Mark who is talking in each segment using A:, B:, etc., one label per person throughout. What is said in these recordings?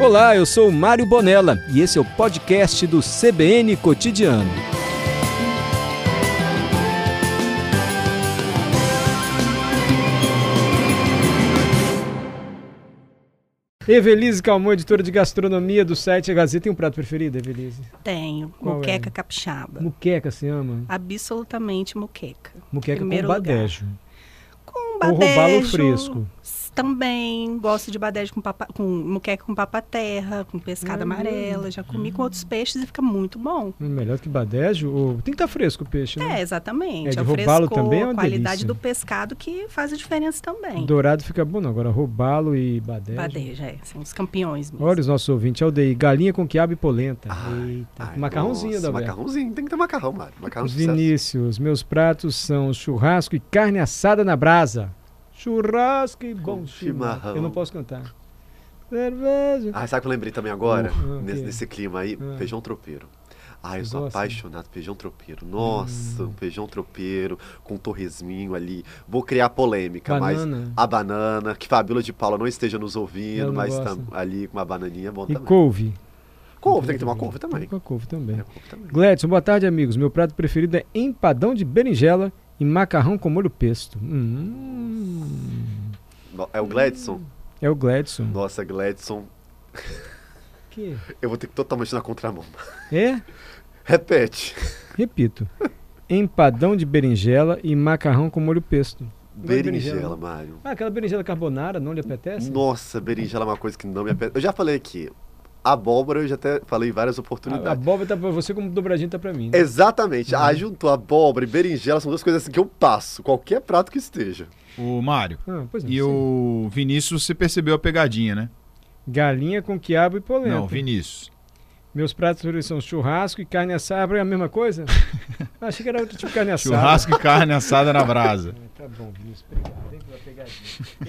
A: Olá, eu sou Mário Bonella e esse é o podcast do CBN Cotidiano. Evelise Calmon, editora de gastronomia do site A Gazeta. Tem um prato preferido, Evelise?
B: Tenho.
A: Qual
B: muqueca
A: é?
B: capixaba.
A: Muqueca, você ama?
B: Absolutamente muqueca.
A: Muqueca
B: Primeiro
A: com
B: lugar.
A: badejo.
B: Com
A: Ou
B: badejo.
A: robalo fresco.
B: s- Também gosto de badejo com, papa, com muqueca com papaterra, com pescada
A: Hum.
B: amarela. Já comi com outros peixes e fica muito bom.
A: É Melhor que badejo? ou- Tem que estar fresco o peixe, né?
B: É, exatamente.
A: É, de
B: o
A: robalo
B: frescor,
A: também é uma
B: a qualidade
A: delícia.
B: do pescado que faz a diferença também.
A: Dourado fica bom, não. Agora robalo e badejo.
B: Badejo, é. São os campeões mesmo.
A: Olha os nossos ouvintes, Aldeir, galinha com quiabo e polenta.
C: Ai,
A: Eita,
C: Ah, Ai,
A: macarrãozinho
C: Tá, nossa,
A: da
C: Macarrãozinho, tem que ter macarrão, Mário. Macarrão
A: Os
C: de sucesso.
A: Vinícius, meus pratos são churrasco e carne assada na brasa. Churrasco e bom
C: Com
A: chimarrão.
C: chimarrão.
A: Eu não posso cantar. Cerveja.
C: Ah, sabe o que eu lembrei também agora?
A: Uh, ah, o
C: nesse,
A: quê?
C: nesse clima aí,
A: Ah.
C: feijão tropeiro. Ai, eu
A: Você
C: sou
A: gosta?
C: apaixonado por feijão tropeiro.
A: Hum.
C: Nossa, um feijão tropeiro com um torresminho ali. Vou criar polêmica, mas
A: Banana.
C: a banana, que Fabíola de Paula não esteja nos ouvindo,
A: Ela não
C: mas
A: gosta.
C: tá ali com uma bananinha é bom
A: E
C: também.
A: couve.
C: Couve, tem que ter uma couve também.
A: Com a couve também.
C: É, couve também.
A: Gladson, boa tarde, amigos. Meu prato preferido é empadão de berinjela e macarrão com molho pesto. Hum.
C: No- É o Gladson?
A: É o Gladson.
C: Nossa, Gladson,
A: Que?
C: eu vou ter que totalmente na contramão.
A: É?
C: Repete.
A: Repito. Empadão de berinjela e macarrão com molho pesto. berinjela.
C: Berinjela, Mário.
A: Ah, aquela berinjela carbonara não lhe apetece?
C: Nossa, berinjela é uma coisa que não me apetece. Eu já falei aqui, abóbora eu já até falei em várias
A: A, a
C: oportunidades.
A: abóbora tá pra você como dobradinho tá pra mim. né?
C: Exatamente, ah, juntou abóbora e berinjela são duas coisas assim que eu passo, qualquer prato que esteja.
D: O Mário.
A: Ah, pois não,
D: E
A: sim.
D: o Vinícius, você percebeu a pegadinha, né?
A: Galinha com quiabo e polenta.
D: Não, Vinícius.
A: Meus pratos preferidos são churrasco e carne assada. É a mesma coisa? Achei que era outro tipo de carne assada.
D: Churrasco e carne assada na brasa.
A: Ah, Tá bom, Vinícius. Obrigado. Vem pela pegadinha.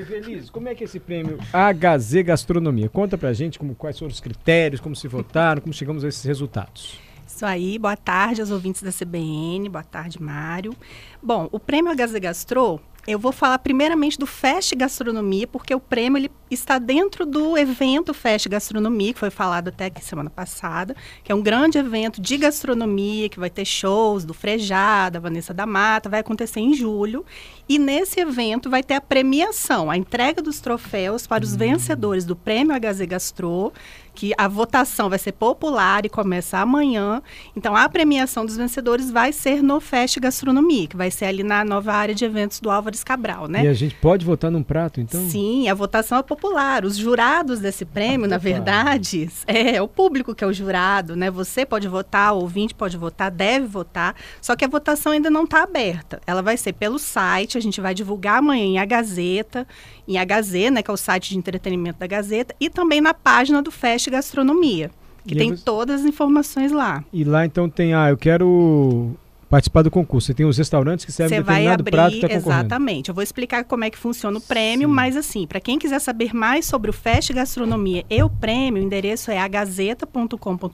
A: Evelise, como é que é esse prêmio HZ Gastronomia? Conta pra gente como, quais foram os critérios, como se votaram, como chegamos a esses resultados.
B: Isso aí, boa tarde aos ouvintes da CBN, boa tarde, Mário. Bom, o prêmio HZ Gastro, eu vou falar primeiramente do Fest Gastronomia, porque o prêmio ele está dentro do evento Fest Gastronomia, que foi falado até aqui semana passada, que é um grande evento de gastronomia, que vai ter shows do Frejá, da Vanessa da Mata, vai acontecer em julho. E nesse evento vai ter a premiação, a entrega dos troféus para os vencedores do prêmio HZ Gastro, que a votação vai ser popular e começa amanhã. Então, a premiação dos vencedores vai ser no Fest Gastronomia, que vai ser ali na nova área de eventos do Álvares Cabral, né?
A: E a gente pode votar num prato, então?
B: Sim, a votação é popular. Os jurados desse prêmio, na
A: popular.
B: verdade, é o público que é o jurado, né? Você pode votar, o ouvinte pode votar, deve votar. Só que a votação ainda não está aberta. Ela vai ser pelo site, a gente vai divulgar amanhã em A Gazeta, em A Gazeta, né, que é o site de entretenimento da Gazeta, e também na página do Fest Gastronomia, que
A: E aí
B: tem
A: você-
B: todas as informações lá.
A: E lá então tem, ah, eu quero participar do concurso. Você tem os restaurantes que servem
B: Você vai
A: determinado
B: abrir,
A: prato que está concorrendo.
B: exatamente. Eu vou explicar como é que funciona o prêmio,
A: Sim.
B: mas assim, para quem quiser saber mais sobre o Fest Gastronomia e o prêmio, o endereço é agazeta.com.br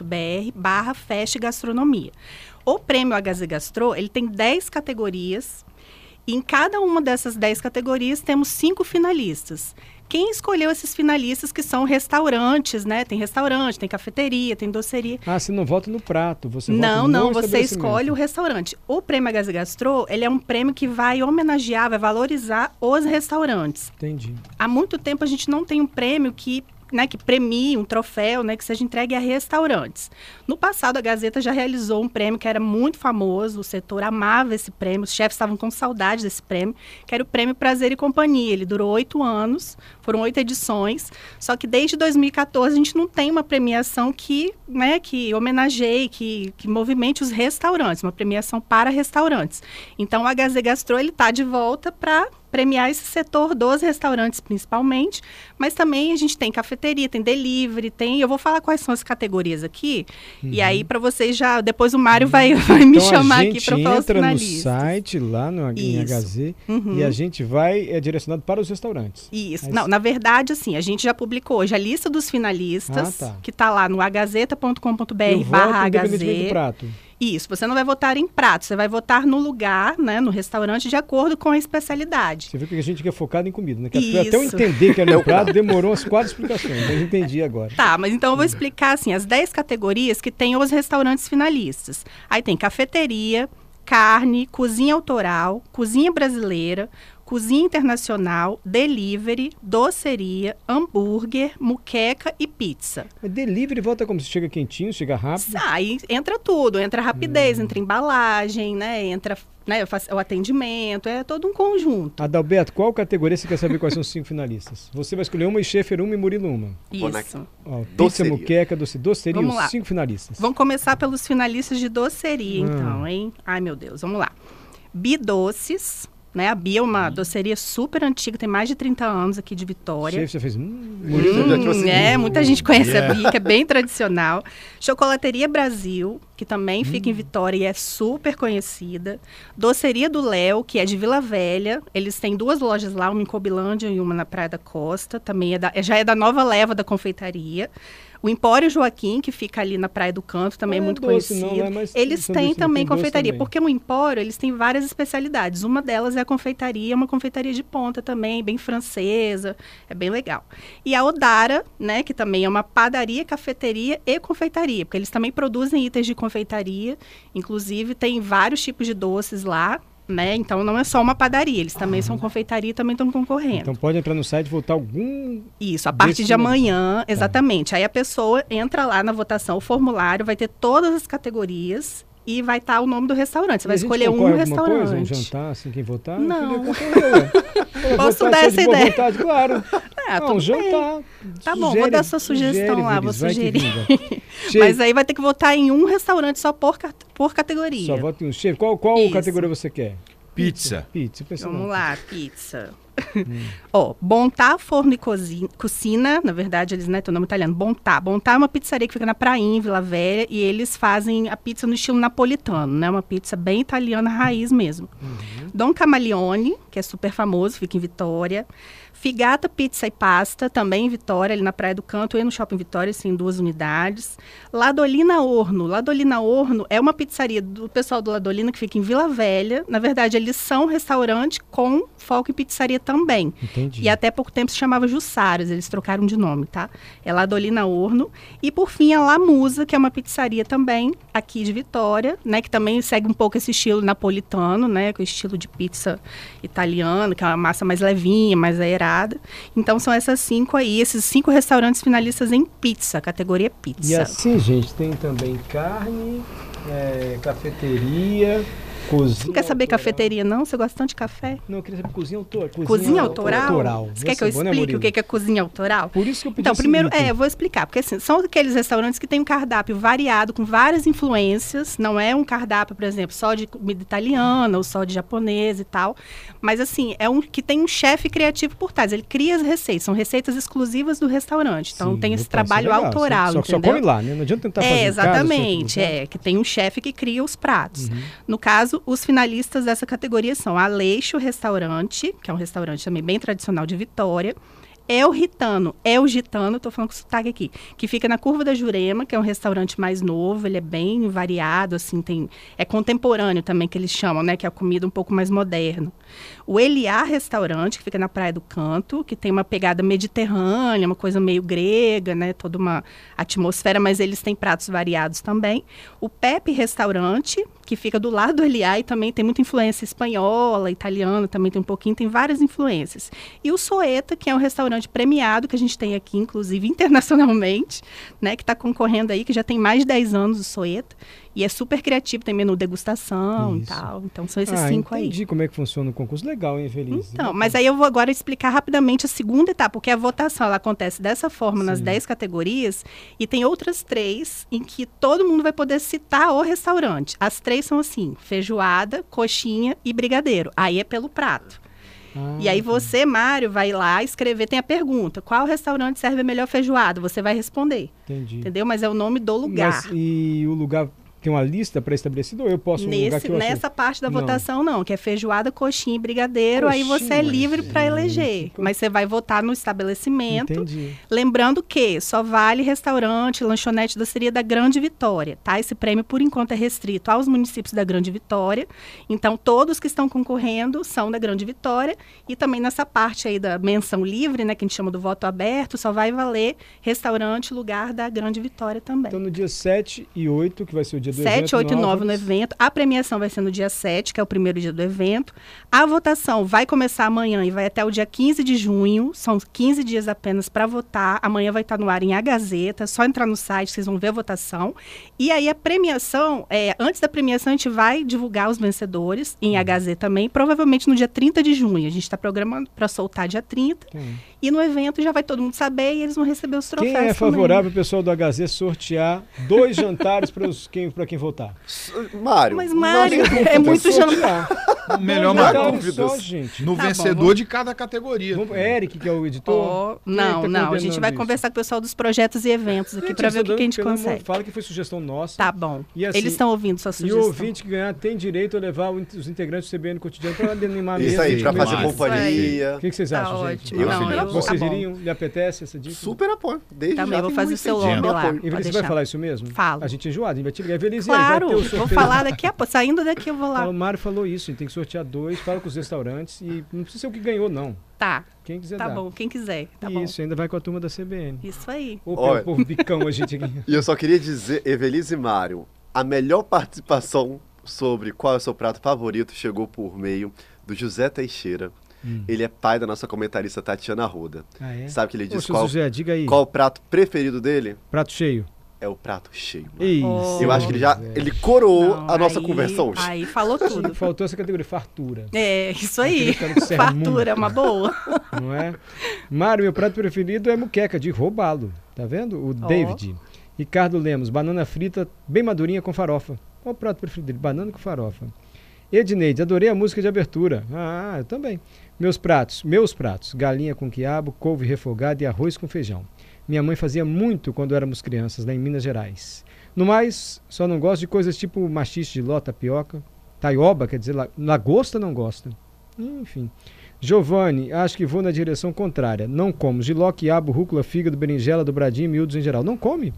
B: barra Fest Gastronomia. O prêmio HZ Gastro, ele tem 10 categorias. E em cada uma dessas 10 categorias temos cinco finalistas. Quem escolheu esses finalistas que são restaurantes, né? Tem restaurante, tem cafeteria, tem doceria.
A: Ah, você não vota no prato, você
B: Não,
A: vota no é
B: não, você
A: estabelecimento.
B: escolhe o restaurante. O Prêmio Gás Gastro, ele é um prêmio que vai homenagear, vai valorizar os restaurantes.
A: Entendi.
B: Há muito tempo a gente não tem um prêmio que né, que premie um troféu, né, que seja entregue a restaurantes. No passado, a Gazeta já realizou um prêmio que era muito famoso, o setor amava esse prêmio, os chefes estavam com saudade desse prêmio, que era o Prêmio Prazer e Companhia. Ele durou oito anos, foram oito edições, só que desde 2014 a gente não tem uma premiação que, né, que homenageie, que, que movimente os restaurantes, uma premiação para restaurantes. Então, o HZ Gastro está de volta para premiar esse setor dos restaurantes principalmente, mas também a gente tem cafeteria, tem delivery, tem. Eu vou falar quais são as categorias aqui. E aí para vocês já depois o Mário vai, vai me
A: Uhum. então
B: chamar
A: a
B: aqui
A: gente
B: para falar os
A: entra no
B: finalistas.
A: site lá no em
B: Isso.
A: HZ
B: Uhum.
A: e a gente vai é direcionado para os restaurantes.
B: Isso.
A: Mas-
B: Não, na verdade, assim, a gente já publicou hoje a lista dos finalistas,
A: Ah, tá.
B: que está lá no agazeta.com.br
A: Eu voto
B: barra
A: independentemente do
B: HZ.
A: prato.
B: Isso, você não vai votar em prato, você vai votar no lugar, né, no restaurante, de acordo com a especialidade.
A: Você viu que a gente aqui é focado em comida, né? Que até eu
B: Isso.
A: entender que era um prato demorou umas quatro explicações, mas eu entendi agora.
B: Tá, mas então eu vou explicar assim as 10 categorias que tem os restaurantes finalistas. Aí tem cafeteria, carne, cozinha autoral, cozinha brasileira, cozinha internacional, delivery, doceria, hambúrguer, muqueca e pizza.
A: Mas delivery volta como se chega quentinho, chega rápido.
B: Aí entra tudo, entra rapidez, entra embalagem, né? Entra né, fa- o atendimento, é todo um conjunto.
A: Adalberto, qual categoria você quer saber quais são os cinco finalistas? Você vai escolher uma e Schaefer uma e Murilo uma.
C: Vou na-
B: Isso.
A: Ó, pizza,
C: Doceria.
A: muqueca, doce, doceria,
B: Vamos
A: os
B: lá.
A: cinco finalistas.
B: Vamos começar pelos finalistas de doceria,
A: Hum.
B: então, hein? Ai, meu Deus, vamos lá. Bidoces, né? A Bia é uma doceria super antiga, tem mais de 30 anos aqui de Vitória.
A: Schaefer já fez. Hum,
C: Murilo, já trouxe
B: Hum, é,
C: Bia.
B: muita gente conhece
D: Yeah.
B: a Bia, que é bem tradicional. Chocolateria Brasil, que também
A: Hum.
B: fica em Vitória e é super conhecida. Doceria do Léo, que é de Vila Velha. Eles têm duas lojas lá, uma em Cobilândia e uma na Praia da Costa. Também é da- já é da nova leva da confeitaria. O Empório Joaquim, que fica ali na Praia do Canto, também é
A: Não é
B: muito
A: doce, não,
B: conhecido.
A: né? Mas
B: Eles
A: sanduíche
B: têm
A: não tem
B: também
A: doce
B: confeitaria,
A: também.
B: porque no Empório eles têm várias especialidades. Uma delas é a confeitaria, uma confeitaria de ponta também, bem francesa, é bem legal. E a Odara, né, que também é uma padaria, cafeteria e confeitaria, porque eles também produzem itens de confeitaria, inclusive tem vários tipos de doces lá, né? Então não é só uma padaria, eles também são confeitaria e também estão concorrendo.
A: Uhum. Então pode entrar no site e voltar algum.
B: Isso, a partir
A: Desse
B: de amanhã,
A: Tá.
B: exatamente. Aí a pessoa entra lá na votação, o formulário, vai ter todas as categorias e vai estar o nome do restaurante. Você
A: E a
B: vai
A: gente
B: escolher um
A: concorre a alguma
B: restaurante.
A: Coisa, um jantar, assim, quem votar?
B: Não.
A: Eu queria concorrer, ué. Eu
B: Posso
A: votar,
B: dar
A: sou de
B: essa
A: boa
B: ideia?
A: Vontade, claro.
B: Ah,
A: não, um
B: tudo bem.
A: jantar.
B: Tá bom, vou dar sua sugestão lá, vou sugerir. Mas
A: Mas
B: aí vai ter que votar em um restaurante só por, ca- por categoria.
A: Só vota em um chefe. Qual, qual
B: Isso. Então
A: categoria você quer?
D: Pizza.
A: Pizza, eu pensei,
B: Vamos
A: não.
B: lá, pizza. Ó, Bontá Forno e Cozi- Cucina, na verdade eles, né, tem o nome italiano, Bontá. Bontá é uma pizzaria que fica na Prainha, em Vila Velha, e eles fazem a pizza no estilo napolitano, né, uma pizza bem italiana, raiz mesmo. Dom Camaleone, que é super famoso, fica em Vitória. Figata Pizza e Pasta, também em Vitória, ali na Praia do Canto e no Shopping Vitória, assim, em duas unidades. Ladolina Orno. Ladolina Orno é uma pizzaria do pessoal do Ladolina que fica em Vila Velha. Na verdade, eles são um restaurante com foco em pizzaria também.
A: Entendi.
B: E até pouco tempo se chamava Jussários, eles trocaram de nome, tá? É Ladolina Orno. E por fim, a La Musa, que é uma pizzaria também, aqui de Vitória, né? Que também segue um pouco esse estilo napolitano, né? Com o estilo de pizza italiana, que é uma massa mais levinha, mais aerada. Então são essas cinco aí, esses cinco restaurantes finalistas em pizza, categoria pizza.
A: E assim, gente, tem também carne, é, cafeteria, cozinha.
B: Não quer saber
A: autoral.
B: cafeteria, não? Você gosta tanto de café?
A: Não, eu queria saber cozinha autoral. Cozinha,
B: Cozinha autoral? Você quer que
A: Essa
B: eu
A: é boa, né,
B: explique o
A: Murilo?
B: que que é cozinha autoral?
A: Por isso que eu pedi
B: Então,
A: esse
B: primeiro,
A: item.
B: é, eu vou explicar, porque assim, são aqueles restaurantes que têm um cardápio variado, com várias influências, não é um cardápio, por exemplo, só de comida italiana ou só de japonesa e tal, mas assim, é um que tem um chefe criativo por trás, ele cria as receitas, são receitas exclusivas do restaurante, então
A: Sim,
B: tem
A: opa,
B: esse
A: isso é
B: trabalho
A: legal,
B: autoral,
A: Só, só
B: entendeu?
A: come lá, né? Não adianta tentar fazer
B: é,
A: em casa, assim,
B: exatamente,
A: tudo, né?
B: é, que tem um chefe que cria os pratos.
A: Uhum.
B: No caso, os finalistas dessa categoria são Aleixo Restaurante, que é um restaurante também bem tradicional de Vitória. El Ritano, El Gitano, tô falando com sotaque aqui, que fica na Curva da Jurema, que é um restaurante mais novo, ele é bem variado, assim, tem, é contemporâneo também que eles chamam, né, que é a comida um pouco mais moderna. O Eliá Restaurante, que fica na Praia do Canto, que tem uma pegada mediterrânea, uma coisa meio grega, né, toda uma atmosfera, mas eles têm pratos variados também. O Pepe Restaurante, que fica do lado do Eliá e também tem muita influência espanhola, italiana, também tem um pouquinho, tem várias influências. E o Soeta, que é um restaurante premiado que a gente tem aqui, inclusive internacionalmente, né, que está concorrendo aí, que já tem mais de 10 anos o Soeta, e é super criativo, tem menu degustação
A: Isso.
B: e tal. Então são esses
A: ah,
B: cinco aí.
A: entendi como é que funciona o concurso. Legal, hein, Feliz?
B: Então, mas aí eu vou agora explicar rapidamente a segunda etapa, porque a votação ela acontece dessa forma nas
A: Sim.
B: 10 categorias e tem outras três em que todo mundo vai poder citar o restaurante. As três são assim: feijoada, coxinha e brigadeiro. Aí é pelo prato.
A: Ah,
B: E aí você, Mário, vai lá escrever, tem a pergunta: qual restaurante serve a melhor feijoada? Você vai responder,
A: Entendi.
B: entendeu? Mas é o nome do lugar.
A: Mas, e o lugar tem uma lista pré-estabelecida ou eu posso um lugar
B: Nesse,
A: que eu acho-
B: nessa parte da
A: Não.
B: votação, não, que é feijoada, coxinha e brigadeiro, aí você é
A: Coxinha,
B: livre para
A: gente.
B: eleger. Mas você vai votar no estabelecimento.
A: Entendi.
B: Lembrando que só vale restaurante, lanchonete da Seria da Grande Vitória, tá? Esse prêmio, por enquanto, é restrito aos municípios da Grande Vitória. Então, todos que estão concorrendo são da Grande Vitória. E também nessa parte aí da menção livre, né, que a gente chama do voto aberto, só vai valer restaurante, lugar da Grande Vitória também.
A: Então no dia 7 e 8, que vai ser o dia do
B: 7,
A: evento.
B: 8 e 9 no
A: Alves,
B: evento. A premiação vai ser no dia 7, que é o primeiro dia do evento. A votação vai começar amanhã e vai até o dia 15 de junho. São 15 dias apenas para votar. Amanhã vai estar no ar em A Gazeta. É Só entrar no site, vocês vão ver a votação. E aí a premiação, é, antes da premiação, a gente vai divulgar os vencedores em A Gazeta também, provavelmente no dia 30 de junho. A gente está programando para soltar dia 30.
A: Quem,
B: E no evento já vai todo mundo saber e eles vão receber os troféus.
A: tá. quem é
B: também.
A: favorável, pessoal do HZ, sortear dois jantares para quem, pra quem votar?
C: Mário.
B: Mas,
C: não
B: Mário,
C: tem
B: é
C: dúvida.
B: muito jantar.
D: O melhor
A: Dois
D: Mário.
A: jantares
C: Mário.
A: Só, gente.
D: No
B: Tá bom,
D: vencedor
B: vamos-
D: de cada categoria.
A: Vamos, Eric, que é o editor.
B: Ó,
A: Quem é que tá
B: não, não. A gente
A: coordenando
B: vai
A: isso?
B: conversar com o pessoal dos projetos e eventos aqui
A: Gente,
B: para ver o
A: eu tô
B: que, que a gente
A: dando- pelo amor-
B: consegue.
A: Fala que foi sugestão nossa.
B: Tá bom.
A: E assim,
B: Eles estão ouvindo sua
A: E
B: sugestão.
A: o ouvinte que ganhar tem direito a levar o in- os integrantes do CBN cotidiano para animar a mesa.
C: Isso aí, pra
A: comer
C: fazer
A: mais.
D: Isso
C: companhia.
A: é O que, que vocês
B: Tá
A: acham, gente?
B: ótimo.
C: Eu
D: sim.
B: não, eu,
A: Vocês
B: tá bom.
A: iriam? Lhe apetece essa dica?
C: Super apoio. Desde
B: Também
C: já
B: vou
C: tem
B: fazer o
C: muito
B: seu
C: incentivo.
B: lombe lá.
C: Apoio.
B: Pode
A: Evelise, você vai
B: deixar.
A: falar isso mesmo?
B: Falo.
A: A gente é enjoado, a gente vai te ligar. Evelise, aí,
B: Claro,
A: vai ter o
B: vou
A: sorteio.
B: falar daqui a pouco. Saindo daqui eu vou
A: O
B: lá.
A: Mário falou isso, a gente tem que sortear dois, fala com os restaurantes e não precisa ser o que ganhou, não.
B: Tá,
A: Quem quiser
B: tá
A: dar.
B: bom. Quem quiser, tá
A: e
B: bom.
A: isso, ainda vai com a turma da CBN.
B: Isso aí.
A: Ô,
C: Olha.
A: pelo é um povo bicão, a gente aqui.
C: E eu só queria dizer, Evelise e Mário, a melhor participação sobre qual é o seu prato favorito chegou por meio do José Teixeira. Ele é pai da nossa comentarista Tatiana Ruda.
A: Ah, é?
C: Sabe que ele
A: Ô,
C: diz
A: seu
C: qual,
A: José, diga aí.
C: qual o prato preferido dele?
A: Prato cheio.
C: É o prato cheio. mano.
A: Isso.
B: Oh.
C: Eu acho que ele já
A: José.
C: ele coroou
B: Não,
C: a nossa
B: aí-
C: conversa hoje.
B: Aí falou tudo.
A: Faltou essa categoria, fartura,
B: É, isso aí.
A: Aquele cara que serve muito.
B: Fartura, é uma boa.
A: não é? Mário, meu prato preferido é muqueca de roubalo. Tá vendo? O David. Ricardo Lemos, banana frita bem madurinha com farofa. Qual o prato preferido dele? Banana com farofa. Edneide, adorei a música de abertura. Ah, eu também. Meus pratos, meus pratos, galinha com quiabo, couve refogada e arroz com feijão. Minha mãe fazia muito quando éramos crianças, lá em Minas Gerais. No mais, só não gosto de coisas tipo machixe de ló, tapioca, taioba, quer dizer, la- lagosta não gosta. Enfim. Giovanni, acho que vou na direção contrária. Não como giló, quiabo, rúcula, fígado, berinjela, dobradinho, miúdos em geral. Não come?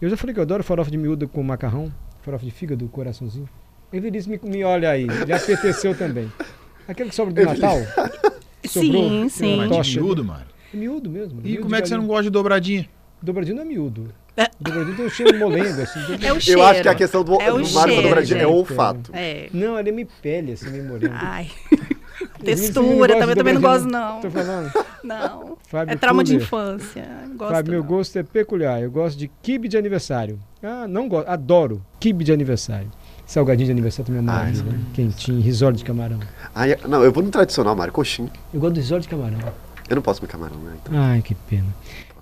A: Eu já falei que eu adoro farofa de miúda com macarrão, farofa de fígado, coraçãozinho. Evelis me, me olha aí, já apeteceu também. Aquele que sobra do Natal, Sobrou
B: Sim, sim.
A: uma
D: Mas
A: Tocha.
D: de miúdo, Mário.
A: é miúdo mesmo.
D: E
A: miúdo
D: como é que
A: de
D: você não
A: galinha.
D: gosta de dobradinha?
A: Dobradinho não é miúdo.
B: É.
A: Dobradinho tem um cheiro molengo, assim.
B: É o
C: Eu
B: cheiro.
C: acho que a questão do,
B: É o
C: do Mário
B: cheiro,
C: com dobradinha é
A: gente.
C: o olfato.
B: É.
A: Não, ele me pele, assim, meio molengo.
B: Ai,
A: Evelis, você
B: Ah, textura,
A: gosta
B: também,
A: de
B: também não gosto,
A: dobradinho?
B: não.
A: Tô falando.
B: Não.
A: Fábio
B: É trauma de
A: Fuller.
B: infância. Não Gosto né?
A: Fábio, meu
B: não.
A: gosto é peculiar. Eu gosto de quibe de aniversário. Ah, não gosto. Adoro quibe de aniversário. Salgadinho de aniversário também é uma
C: Ah,
A: maravilha. né? Quentinho, risório de camarão.
C: Ai, não, eu vou no tradicional, Mário, coxinha.
A: Eu gosto do risório de camarão.
C: Eu não posso comer camarão, né? Então.
A: Ai, que pena.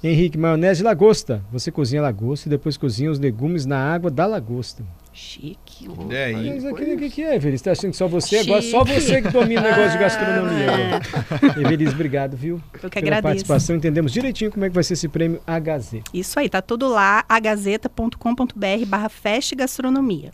A: Henrique, maionese de lagosta. Você cozinha a lagosta e depois cozinha os legumes na água da lagosta.
B: Chique.
D: É aí.
A: Mas aquilo que, que é, Evelis? Tá achando que só você? Agora só
B: Chique.
A: você que domina o negócio de gastronomia.
B: Ah,
A: agora. Evelis, obrigado, viu?
B: Eu que
A: Pela
B: agradeço.
A: participação. Entendemos direitinho como é que vai ser esse prêmio HZ.
B: Isso aí, tá tudo lá, agazeta.com.br barra festa e gastronomia.